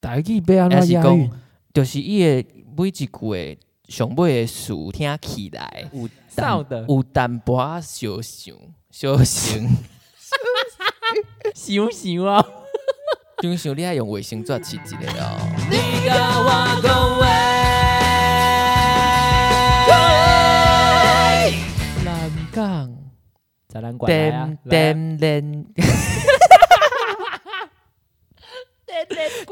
台语要安还怎是押韵讲？，就是伊的每一句的上尾的词听起来有少的有淡薄仔小想小想， 想想啊， 想想你爱用卫生纸饲一个哦。南港才咱管来啊点，点点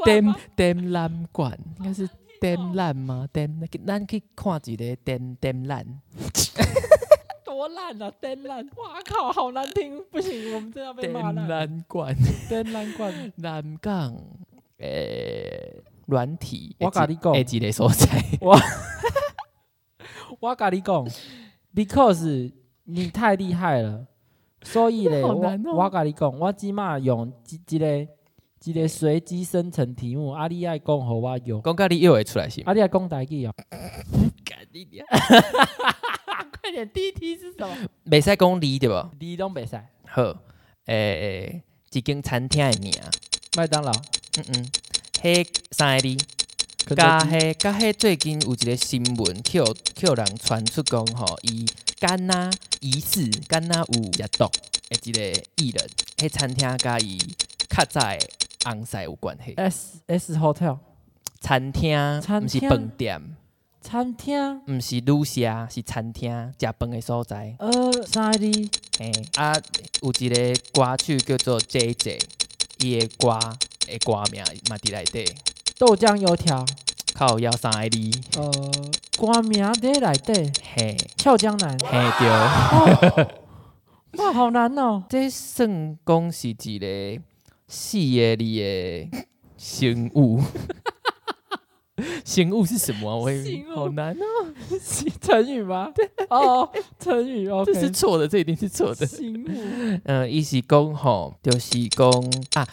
点点蓝馆，应该是点蓝吗？点咱去看一个点点蓝多烂啊，灯烂，哇靠，好难听，不行，我们真的要被点骂烂，蓝馆灯烂冠，南港诶呃软体的一，我甲你讲诶一个所在，我跟你讲，because 你太厉害了，所以嘞，好我难哦我跟你讲，我即马用一一个一个随机生成题目，啊，你爱讲 互我用，讲甲你约会出来是吗？啊，你爱讲台语哦， 干你娘 快点，第一题是什 么？袂使讲你对无？你拢袂使，好，诶、一间餐厅的名，麦当劳，嗯嗯，迄三个字，肯德甲基迄甲迄最近有一个新闻，叫叫人传出讲吼，伊敢若疑似敢若有吸毒的一个艺人，迄餐厅甲伊较早的红婿有关系。 S S Hotel 餐厅，餐毋是厅饭店，餐厅，毋是旅社，是餐厅食饭的所在。呃，三个字。嘿，啊，有一个歌手叫做 J J，伊的歌的歌名嘛伫内底，豆浆油条，靠幺三个字，呃，歌名伫内底，嘿，俏江南，嘿对，哇，好难哦！ 这算讲是一个四个字的生物。生物是什么啊、我也生物好难哦、 是成语吗？ 哦，成语这是，OK，错的，这一定是错的。醒悟，嗯，伊是讲吼，就是讲啊，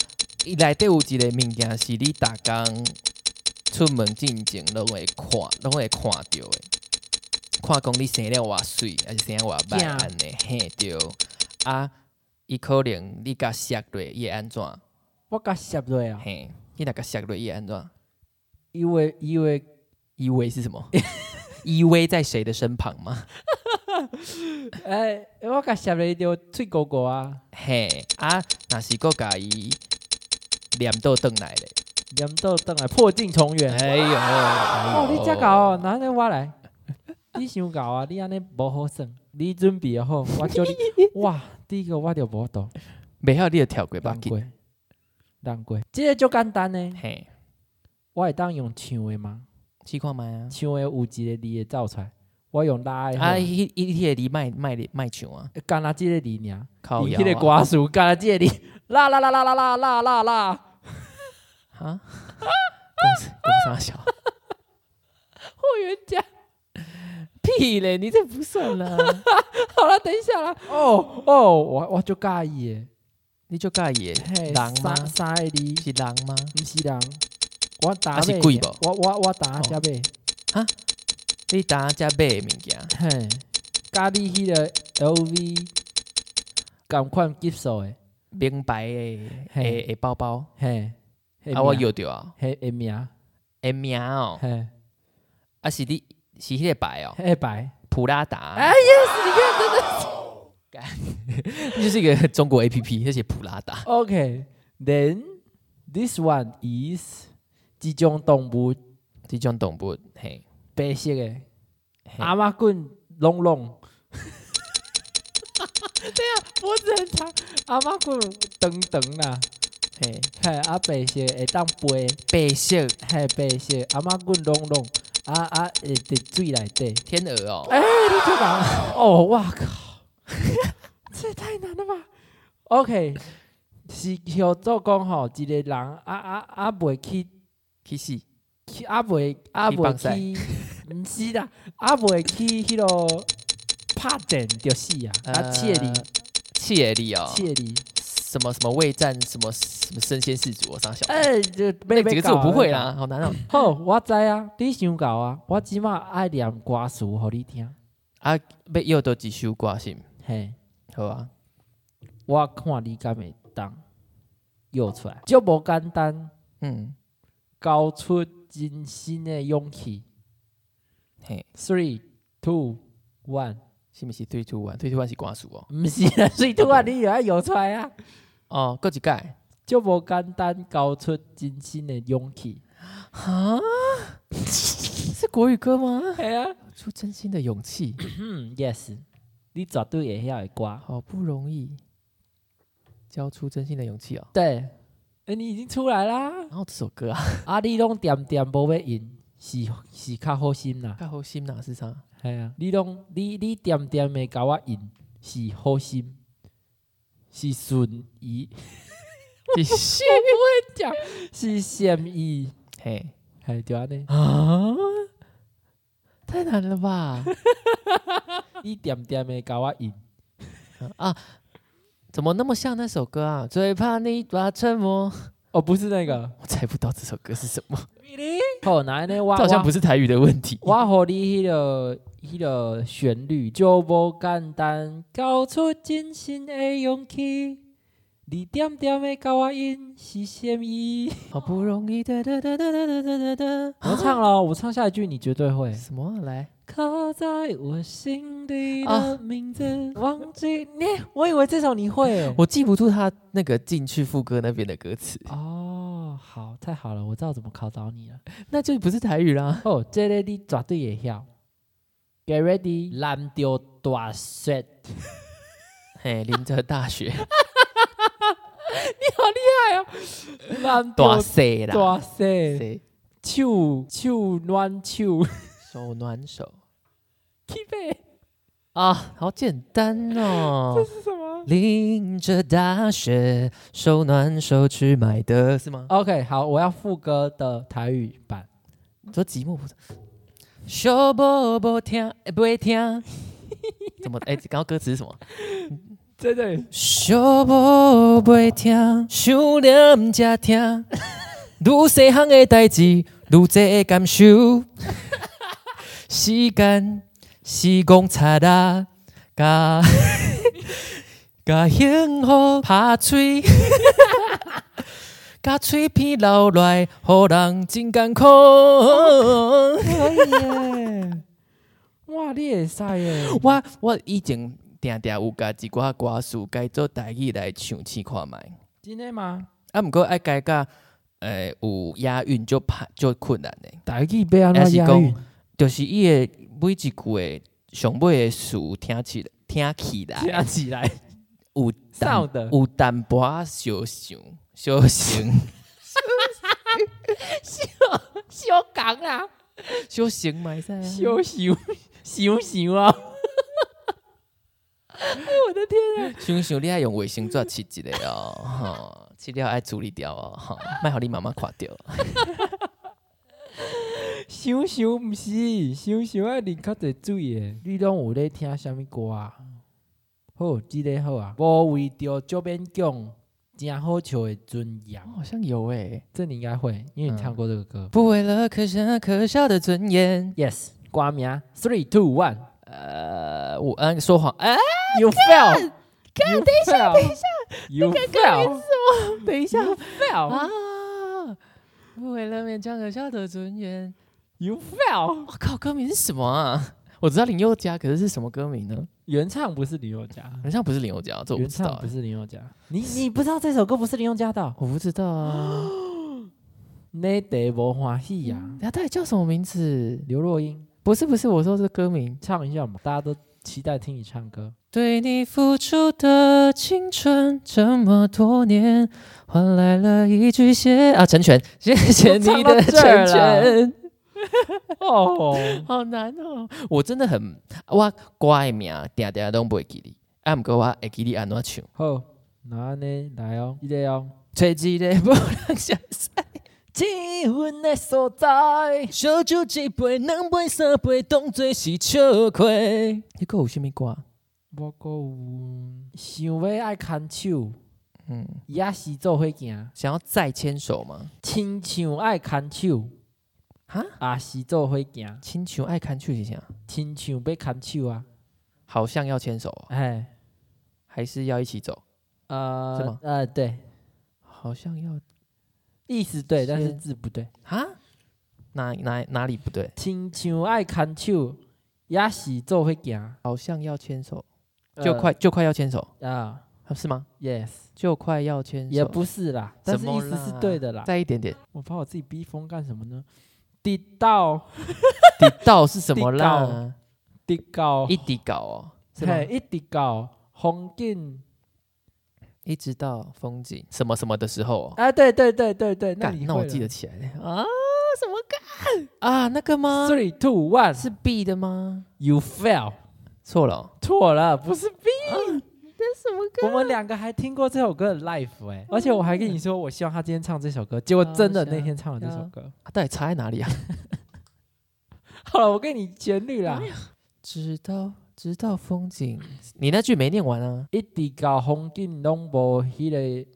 伊内底有一个物件是你逐工出门进前拢会看，拢会看到的。看讲你生了偌水，还是生了偌歹惊安尼，嘿对。啊，伊可能你甲摔落，伊会安怎？ 我甲写落啊，嘿，你若甲摔落，伊会安怎？以为以为依偎是什么？ 依偎在谁的身旁吗？诶，哎我甲写落就喙狗狗啊，嘿，啊，若是佫甲伊念倒转来咧。念到倒来破镜重圆。哎呦，哦哦，你遮搞哦，哪能我来？你想搞啊？你安尼无好耍，你准备好，我 叫你哇，第一个我就无懂，袂晓你就跳过吧难。过，难过，这个就简单呢。嘿，我会当用唱的吗？试看卖啊！唱的有一个字会走出来，我用拉的好啊，了，迄迄迄个字卖卖卖唱啊，干那即个字尔，靠啊伊谣迄个歌词干那即个字，啦啦啦啦啦啦啦啦啦，啊！讲啥讲啥笑？ 霍元甲，屁嘞，你这不算啦！ 好了，等一下啦，哦哦，我我就介意的， 你就介意的嘿，人吗三？三个字，是人吗？毋是人，我打啊是尾鬼尔无我我我打加倍，你打只买的物件，嘿，咖喱迄个 LV，共款接受的，名牌的嘿诶诶包包，嘿，那啊，我名，摇着啊，嘿，那名，诶名哦，嘿，啊是你是迄个牌哦，黑白。普拉达。哎 你就是一个中国 A P P，那些普拉达。 Okay, then this one is 一种动物，这种动物，嘿，白色的嘿阿妈棍隆隆。 对啊，脖子很长，阿妈棍长啊长啦，嘿，嘿，啊白色的会当飞，白色嘿白色的阿妈棍隆隆，啊啊会伫水内底。天鹅哦，哎、你就把哦，哇靠， 这也太难了吧？OK，是叫做讲吼，一个人啊啊啊，袂去去死！去啊袂啊去袂放去，毋是啦，啊袂去迄落拍电就死啊，啊切哩切力呃哦，切哩，什么什么未战什么什么身先士卒，我上小，哎，就那那几个字我不会。啦，好 难哦。好，我知啊，你想搞啊，我即马爱念歌词互你听，啊，要要多几首歌是毋？嘿。好啊，我看你敢会当摇出来，就无简单。嗯，交出真心的勇气。嘿， Three, two, one，是毋是对出完？对出完是歌词哦。毋是啦，所以突然你又要摇出来啊，哦，搁一届。就无简单交出真心的勇气。啊？是国语歌吗？系啊，出真心的勇气，嗯，yes，你绝对会晓的歌。好不容易交出真心的勇气哦。对，哎、你已经出来啦，然后这首歌啊， 啊，你拢点点无要赢，是是较好心啦。较好心呐是 啥？系啊，你拢你你点点的甲我应是好心，是顺 意，继续。讲是善意，嘿系对安尼。啊，太难了吧？你点点的甲我应，啊，怎么那么像那首歌啊？最怕你把沉默。哦，不是那 个。我猜不到这首歌是什么，好难呢，我这好像不是。是台语的问题。我互你迄、个迄、个旋律就无简单，交出真心的勇气。你点点的甲我应是善意。好不容易哒哒哒哒哒哒哒哒哒，我唱了，我唱下一句，你绝对会。什么啊来？啊刻在我心底啊的名字，忘记你。我以为这首你会耶。我记不住他那个进去副歌那边的歌词，哦，好，太好了，我知道怎么考倒你了。那就不是台语啦。哦，这个你绝对会晓。Get ready，蓝调大雪。 嘿，林着大学哦蓝大谁啦？大雪，谁？手手暖 手，手暖手起背啊，好简单哦。是什么淋着大雪，手暖手去买的是吗？ ？OK，好，我要副歌的台语版。哦你说寂寞不？小宝宝听不会 听？怎么？哎、刚刚歌词是什么？在这里，小宝贝听，想念 才听，愈细项的代志，愈侪感受。时间是讲擦啦，甲 甲幸福拍碎， 甲碎片留下来，互人真艰苦。哦可以耶！哇，你也使耶！ 我我以前定定有甲一寡歌词改做台语来唱试看觅。真的吗？啊，毋过爱改甲诶、有押韵就歹就困难诶，台语要安还怎是押韵讲？就是伊诶每一句诶上尾诶词听起来听起来听 起来有淡 sound 有淡薄仔小想小 想小港啊啦，小想嘛会使啊，小想想想啊！哎，我的天啊！想想你爱用卫生纸擦一个哦， 吼，擦了爱处理掉哦，吼，莫互你妈妈看着。想想毋是，想想爱啉较侪水诶。你拢有咧听啥物歌啊？好，即、个好啊。无为着足勉强，真好笑诶尊严我。好像有欸诶、这你应该会，因为你嗯唱过这个歌。不为了可笑可笑的尊严， Yes，歌名啊 Three Two One。呃，我嗯说谎，哎、 You fell。看，等一下，等一下，You fell。等一下 You fell。啊！为了勉强可笑的尊严， You fell。我、靠，歌名是什么啊？我知道林宥嘉，可是是什么歌名呢？原唱不是林宥嘉，好像不是林宥嘉，这我不原知道、唱不欸，是林宥嘉。你你不知道这首歌不是林宥嘉的哦？我不知道 啊。那得无欢喜呀。他到底叫什么名字？刘若英。不是不是，我说这歌名。唱一下嘛，大家都期待听你唱歌。对你付出的青春这么多年，换来了一句谢啊成全，谢谢你都的唱到这儿成了全。 哦，好难哦！我真的很，我歌的名定定拢袂记哩，啊，毋过我会记哩安怎唱。好，那呢来哦，记得哦。找一个无人相识，气氛的所在，烧酒一杯，两杯，三杯，当作是笑话。你个有啥物歌？我搁有想要爱牵手，嗯，也是做伙行，想要再牵手吗？亲像爱牵手，哈，也是做伙行，亲像爱牵手是啥？亲像要牵手啊。好像要牵手哦，哎，还是要一起走？是呃吗呃，对，好像要意思对，但是是字不对。哈？哪哪哪里不对？亲像爱牵手，也是做伙行，好像要牵手，呃就快、就快要牵手，啊啊是吗？ ，yes，就快要牵手，也不是啦，但是怎么意思是啦对的啦。再一点点。 我把我自己逼疯干什么呢？地道底道哦是什么地啦？地高，一底搞哦，是吗？嘿，一地高，风景一直到风景什么什么的时候、哦，啊，对对对对对，那干，你那我会记了得起来了啊？什么干啊？那个吗？ three two one 是 B 的吗？ you fell 错了哦、错了，不是 B。那什么我们两个还听过这首歌的 live 哎、哦而且我还跟你说，我希望他今天唱这首歌，结果真的那天唱了这首歌。啊？到底差在哪里啊？ 好了，我给你旋律嗯啦，直到直到风景，你那句没念完啊？一直到风景拢无迄个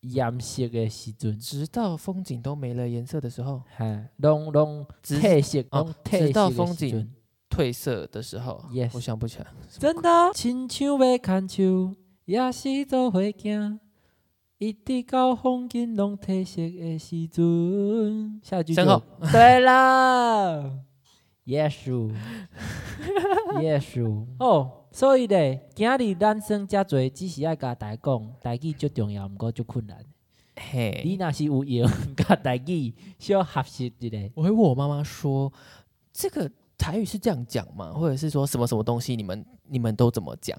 颜色的时阵，直到风景都没了颜色的时候，嘿，拢拢直褪色，哦拢褪直色到的风时阵景褪色的时候 Yes 我想不起来。真的，亲像要牵手，也是做伙行。一直到风景拢褪色的时阵，下一句就身后对了， 耶 稣，耶稣。哦，所以咧，今日咱算遮侪，只是爱甲大家讲，代志最重要，毋过最困难。你嘿，若是有闲，甲代志小学习一 下。我会问我妈妈说，这个台语是这样讲吗？或者是说什么什么东西，你们你们都怎么讲？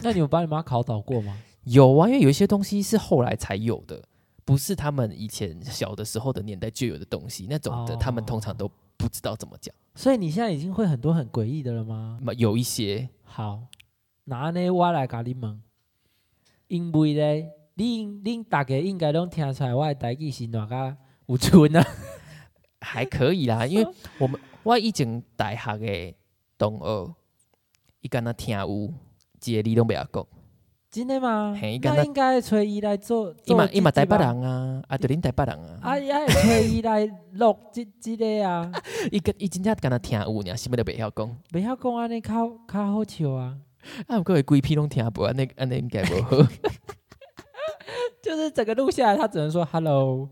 那你有把你妈考倒过吗？有啊，因为有一些东西是后来才有的，不是他们以前小的时候的年代就有的东西，那种的、哦他们通常都不知道怎么讲。所以你现在已经会很多很诡异的了吗？嘛有一些好，那呢，我来甲你问，因为咧，恁恁大家应该拢听出来我的代志是哪个有存啊？ 还可以 啦，因为我们我以前大学的同学，伊敢若听有，一个你拢袂晓讲，真的吗嘿？敢那若应该找伊来做，伊做嘛这伊嘛集台北吧，人啊，啊对恁台北人啊， 啊，也会找伊来录即即个啊，伊敢伊真正敢若听有尔，啥物都袂晓讲，袂晓讲安尼较较好笑啊，啊毋过伊规批拢听无，安尼安尼应该 无好。就是整个录下来，他只能说 hello，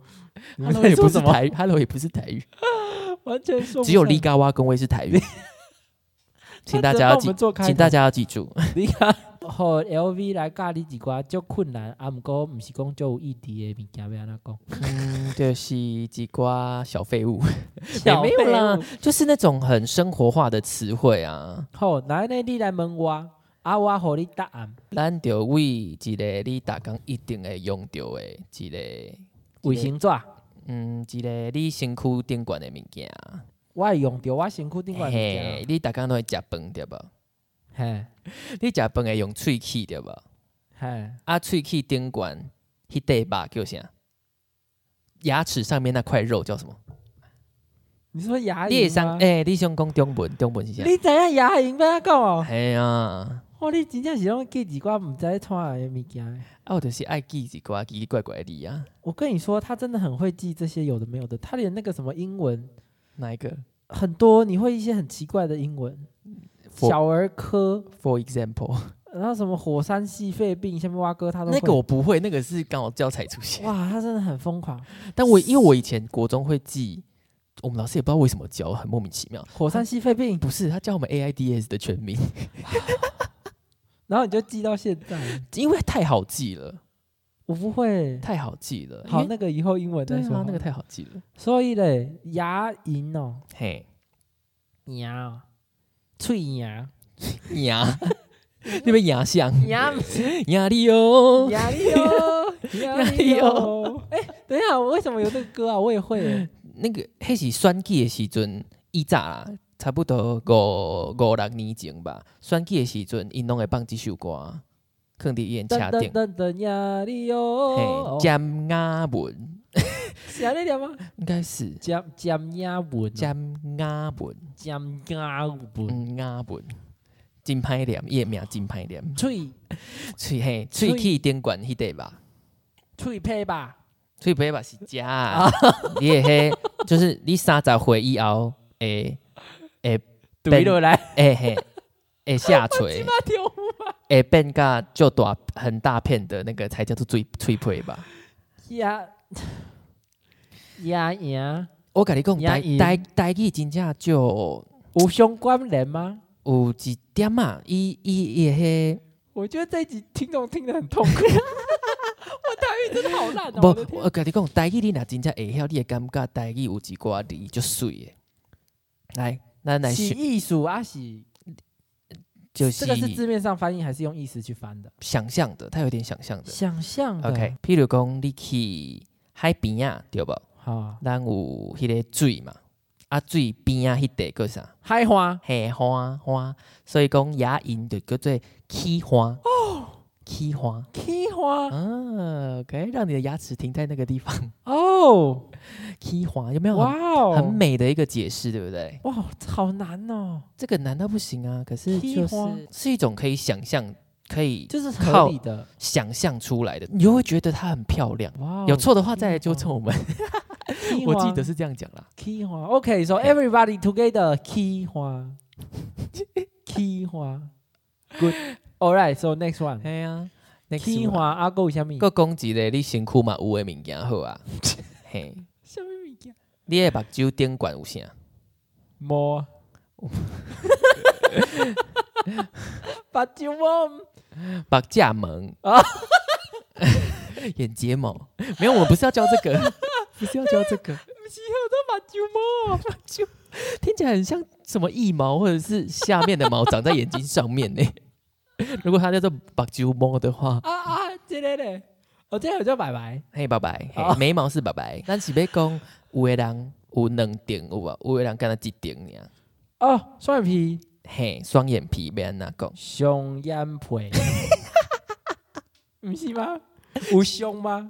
你 们 Hello 在也说不什是么？台语，Hello 也不是台语，完全说不只有上李嘎哇跟我也是 台语，请大家要他只能帮我记们做开请大家要记住，你看， 互 LV 来教你一寡足困难，啊，毋过毋是讲足有意义的物件，要安怎讲？嗯，就是几瓜小废物，小没有啦废物。 就是那种很生活化的词汇啊。好，那呢，你来问我，啊，我互你答案。咱就为一个你逐工一定会用到的一个，卫生纸，嗯，一个你身躯顶悬的物件，我会用着我身躯顶个物嘿件。，啊你逐工都会食饭对无？嘿，你食饭会用喙齿对无？嘿，啊，喙齿顶悬迄块肉叫啥？牙齿上面那块肉叫什么？你说牙你龈会上吗？诶、你想讲中文，中文是啥？你知影牙龈要安怎讲哦？嘿啊，哦，你真正是拢记一寡毋知在创的物件。啊，我就是爱记一寡奇奇怪怪的字啊。我跟你说，他真的很会记这些有的没有的，他连那个什么英文哪一个很多，你会一些很奇怪的英文， For- 小儿科。 ？For example， 然后什么火山系肺病，下面蛙哥他都那个会我不会，那个是刚好教材出现。哇，他真的很疯 狂。但我因为我以前国中会记，我们老师也不知道为什么教，很莫名其妙。火山系肺病，不是，他教我们 AIDS 的全名， 然后你就记到现在。因为太好记了，我不会，太好记了。好，因为那个以后英文对再说好，啊了。那个太好记了。所以嘞，牙龈哦，嘿，牙哦，脆牙， 牙，那边牙像牙不是牙力 哦，牙力 哦，牙力力哦。 哎，等一下，我为什么有这个歌啊？我也会 耶。那个迄是选举的时阵，伊早啦，差不多五五六年前吧。选举的时阵，因拢会放这首歌，放伫伊的噔车噔顶。噔噔，牙力嘿哦，，尖牙文是安尼念吗？应该是尖尖牙文哦，尖牙文，尖牙文，嗯，牙文。真歹念，伊的名真歹念。脆喙嘿，喙喙齿顶悬迄块吧，脆配吧。喙皮吧是假。你的嘿，就是你三十岁以后，诶诶对落来，诶嘿，会下垂。那条诶，变噶就大很大片的那个才叫做最脆皮吧？呀，呀呀，我甲你讲，也台伊台台语真正就有相关联吗？有一点啊，伊伊伊迄。我觉得这一集听众听得很痛苦。 我台语真的好烂哦！我的无，天我甲你讲，台语你若真正会晓，你会感觉台语有一寡字足水诶。来，咱来是学，艺术啊，是就这个是是字面上翻译还是用意思去翻的？想象的，它有点想象的。想象的。 OK，譬如讲你去海边啊，对无？好啊，咱有迄个水嘛，啊水边啊迄块叫啥？海花嘿花花，所以讲野营就叫做起花哦，起花。 k 花啊，可以让你的牙齿停在那个地方， 哦，起花有没有哇哦，很很美的一个解释，对不对？哇，好难哦，这个难道不行啊？可是踢就花是是一种可以想象、可以就是靠合理的。想象出来的，你就会觉得它很漂亮。哇哦，有错的话踢再来纠花正我们。 key 我花记得是这样讲啦。 key 花，OK，so everybody together key 花 key 花，good。All right, so next one，哎呀，那起啊花阿哥有啥物？个讲一个你身躯嘛有诶物件好 啊。嘿，啥物物件？你诶目睭顶管有啥？无 啊。目睭无，目架门啊 眼睫毛没有，我们不是要教这个， 不是要教这个，不是我都目睭无。听起来很像什么腋毛或者是下面的毛长在眼睛上面呢。 如果它叫做目睭毛的话， 啊啊，这个嘞，哦，这个叫拜拜。嘿，拜拜，嘿哦眉毛是拜拜。咱是要讲有诶人有两顶有无？有诶人敢若一顶尔。哦，双眼皮，嘿，双眼皮要安怎讲？双眼皮， 不是吗？有胸吗？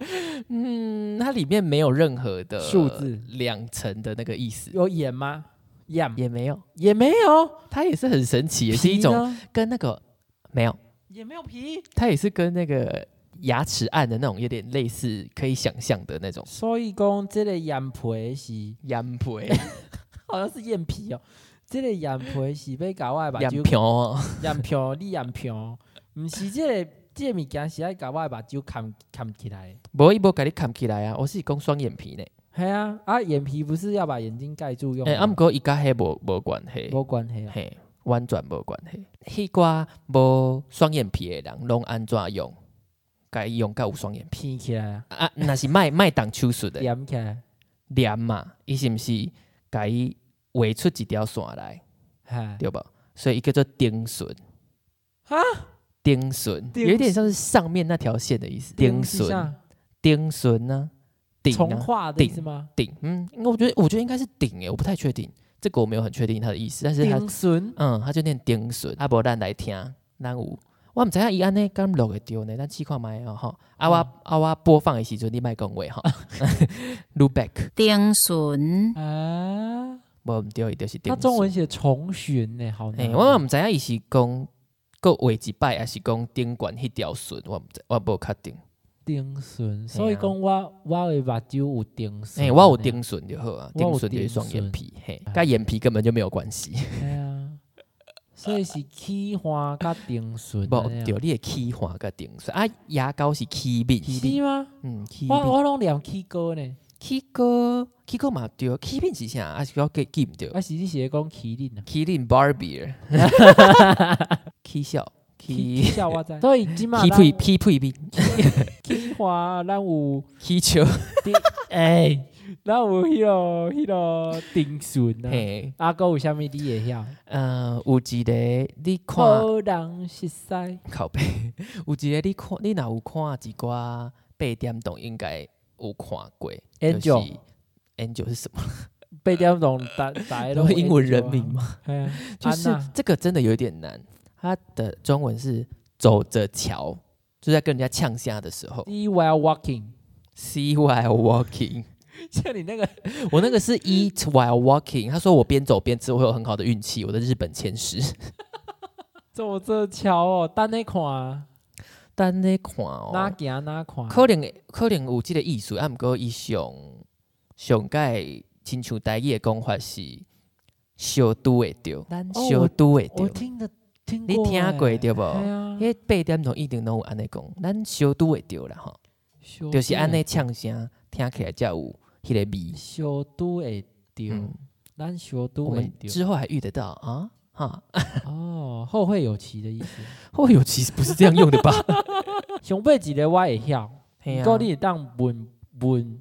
嗯，它里面没有任何的数字两层的那个意思，有眼吗？眼也没有，也没有，它也是很神奇，也是一种皮呢跟那个没有，也没有皮，它也是跟那个牙齿暗的那种有点类似，可以想象的那种所以讲这个眼皮是眼皮、好像是眼皮哦。这个眼皮是要搞 我的目眼睭，皮哦，眼票你眼票，毋是这个这个物件是爱搞我的目睭砍砍起来的。无伊无甲你盖起来啊，我是讲双眼皮呢。系啊，啊眼皮不是要把眼睛盖住用诶，的啊毋吗？过伊甲迄无无关系，无关系啊。嘿，完全无关系。迄寡无双眼皮的人拢安怎用？该用甲有双眼皮片起来啊，啊？若是卖卖动手 术的。点起来，念嘛，伊是毋是甲伊画出一条线来，哈，对无？所以伊叫做丁顺。哈，丁顺丁有一点像是上面那条线的意思。丁是顺，像丁顺呢？顶从啊，化的意思吗？顶。嗯，因为我觉得，我觉得应该是顶欸诶，我不太确定，这个我没有很确定它的意思，但是它，丁顺嗯，它就念丁顺。啊，无咱来听，咱有。我毋知影伊安尼敢录会着呢，咱试看觅哦吼。嗯啊我啊我播放的时阵，你莫 讲话吼。 录 back，丁顺，啊，无毋对，伊就是丁他顺。中文写重巡呢，好难。诶、哎我嘛毋知影伊是讲搁画一摆，还是讲顶悬迄条顺，我毋知，我无确定。丁顺，所以讲我我的目睭有丁诶、顺。哎我有，顶顺就好啊，啊哎我有顶顺就是双丁眼顺皮，嘿哎，甲眼皮根本就没有关系。系啊，所以是起花甲丁顺无安尼啊。着你的起花甲顶顺啊，牙膏是起面，是吗？嗯，起我面，我拢念起歌呢，起哥，起哥嘛着，起面是啥？啊是要记记毋着？ 啊是你写讲起恁啊？起 面 Barbie，起笑，起起笑我 知。所以即嘛起屁起屁面，起花咱有。起笑，哎，那有迄落迄落丁顺啊，嘿，阿哥有啥物你会晓？呃，有一个你看。好人识西，靠背， 有一个你看，你若有看一寡八点档，应该有看过。 Angel Angel 是什么？八点钟打打都 英文人名嘛，吗？嘿啊 就是安娜这个真的有点难。它的中文是走着瞧，就在跟人家呛虾的时候。 ，See while walking， See while walking， 像你那个我那个是 eat while walking。他说我边走边吃，我会有很好的运气。我的日本前十， 坐着桥哦，等你看啊，但你看哦，哪行哪看，可能可能有即个意思，啊，毋过伊上上界亲像台语的讲法是小拄会着，咱哦小拄会我着，听的听你过欸，听过对无嘿啊迄八点钟一定拢有安尼讲，咱小拄会着啦吼，就是安尼，唱声听起来才有迄个味。小拄会丢，嗯，咱小拄我会们丢。之后还遇得到啊哈，哦，后会有期的意思。 后有其实不是这样用的吧？上辈一个我会晓，嘿啊不过你会当问问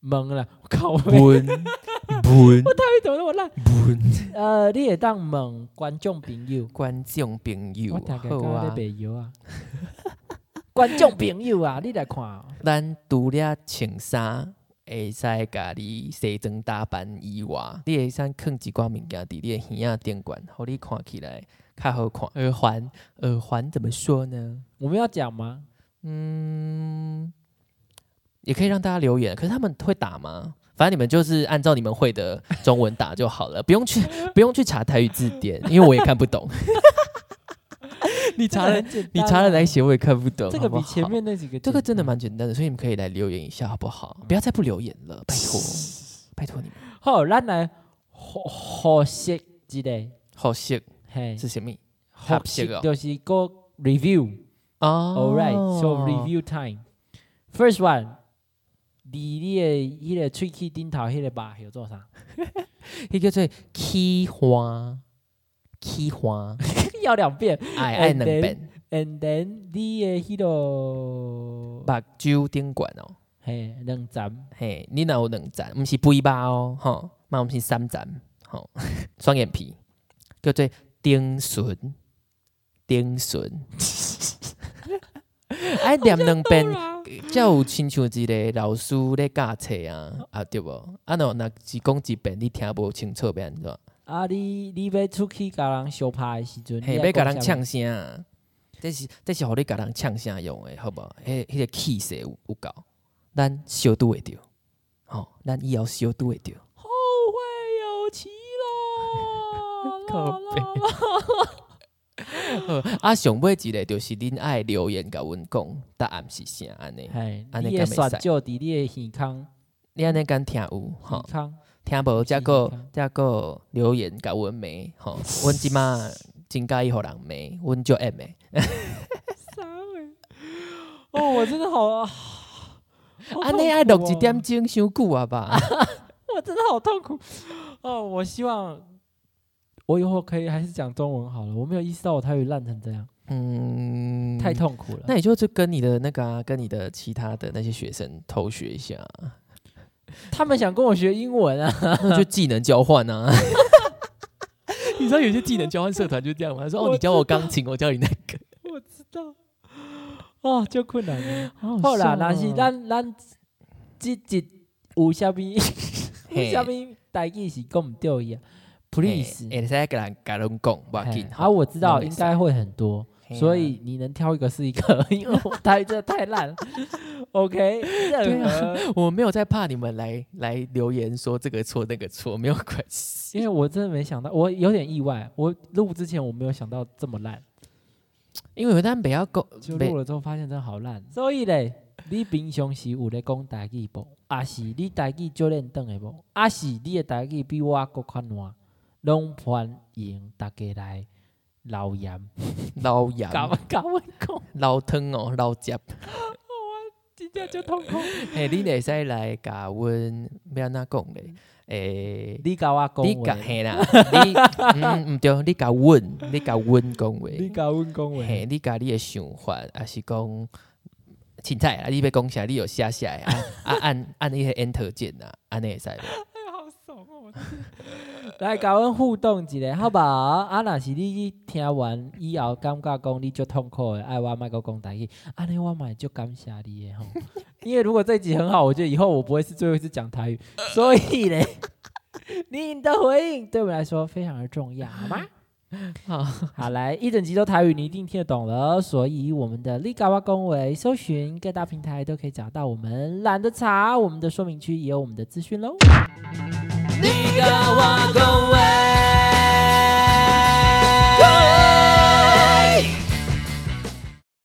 问啦，我靠，我你闻闻怎么那么烂？闻，呃，你会当问观众朋友，观众朋友啊我大概好讲咧啊白，油啊。 观众朋友啊，你来看哦，咱除了穿衫。会使甲你西装打扮以外，你会使囥一寡物件伫你的耳仔顶悬，互你看起来较好看。耳环，耳环怎么说呢？我们要讲吗？嗯，也可以让大家留言，可是他们会打吗？反正你们就是按照你们会的中文打就好了，不 用去不用去查台语字典，因为我也看不懂。你查了，你查了来，来写，我也看不懂。这好个不比好前面那几个这个简真的单蛮简单的，所以你们可以来留言一下，好不好？嗯不要再不留言了，拜托，拜托你们。好，咱来复复习一下，好色嘿，是什么？复合习适哦就是个 review。哦 All right, Oh so review time. First one，你你的迄个喙齿顶头迄个疤叫做啥？ 那哦叫做起花，起花，要两遍。爱爱 And 能 then- 变， And then 你的迄、个目睭顶管哦。嘿两针，嘿，你若有两层，毋是肥肉哦，吼，嘛毋是三层，吼， 双眼皮叫做丁唇，丁 唇，爱念两遍，啊才有亲像一个老师咧教册啊，啊对无？啊若若是讲一遍你听无清楚变安怎？啊你你要出去甲人相拍的时阵，嘿，你要讲甲人啥物，呛声，啊这是这是互你甲人呛声用的，好无？迄迄、个气势有有够，咱小拄会着，吼、咱以后小拄会着。。后会有期哦咯 靠啦北啦啦好 啊，上尾一个就是恁爱留言甲阮讲答案是啥安尼，嘿，安尼你敢的袂选使就伫你的耳康你安尼敢听有耳吼？康，听无则个是是则个留言甲阮骂 吼，阮即马真介意互人骂，阮就爱骂。啥诶？哦，我真的好，好安尼爱啊痛录苦一哦点钟伤久啊 吧？我真的好痛苦哦！我希望我以后可以还是讲中文好了。我没有意识到我台语烂成这样，嗯，太。痛苦了。那你就就跟你的那个、啊、跟你的其他的那些学生偷学一 下，他们想跟我学英文啊，那就技能交换啊。 你知道有些技能交换社团就这样吗？他 说哦，你教我钢琴，我教你那个。我 知道。哦，就困难了。好哦好啦，若是咱咱即即有啥物有嘿啥物代志是讲毋对伊啊嘿？Please，会使甲人甲人讲，不要嘿紧。啊，我知道拢会应使该会很多，嘿啊所以你能挑一个是一个，因为我台语真的太烂了。OK，任何我没有在怕你们来来留言说这个错那个错，没有关系。因为我真的没想到，我有点意外。我录之前我没有想到这么烂， 因为咱不要讲，就不录了之后发现真的好烂。所以嘞，你平常时有咧讲台语无？啊是你台语少练等的无？啊是你的台语比我搁较烂？拢欢迎大家来留言，老羊甲我甲我讲，老汤哦，老汁。真正就痛苦。嘿，你会使来甲阮要安怎讲咧？诶， 你甲我讲你甲话，嘿啦，你嗯毋对，你甲阮，你甲阮讲话，甲阮讲嘿，你甲你的想法，还是讲凊彩啊？你要讲啥，你有写写啊啊按按迄个 Enter 键啊，安尼会使无？好爽哦！来甲阮互动一下，好不好？啊，若是你听完以后感觉讲你足痛苦的，哎爱我麦克讲台语，安尼我嘛会足感谢你的吼。 因为如果这一集很好，我觉得以后我不会是最后一次讲台语，所以嘞， 你的回应对我来说非常的重要，好吗？好，好来，一整集都台语，你一定听得懂了。所以我们的立嘎哇公维搜寻各大平台都可以找到我们，懒得查，我们的说明区也有我们的资讯喽。你甲我讲话。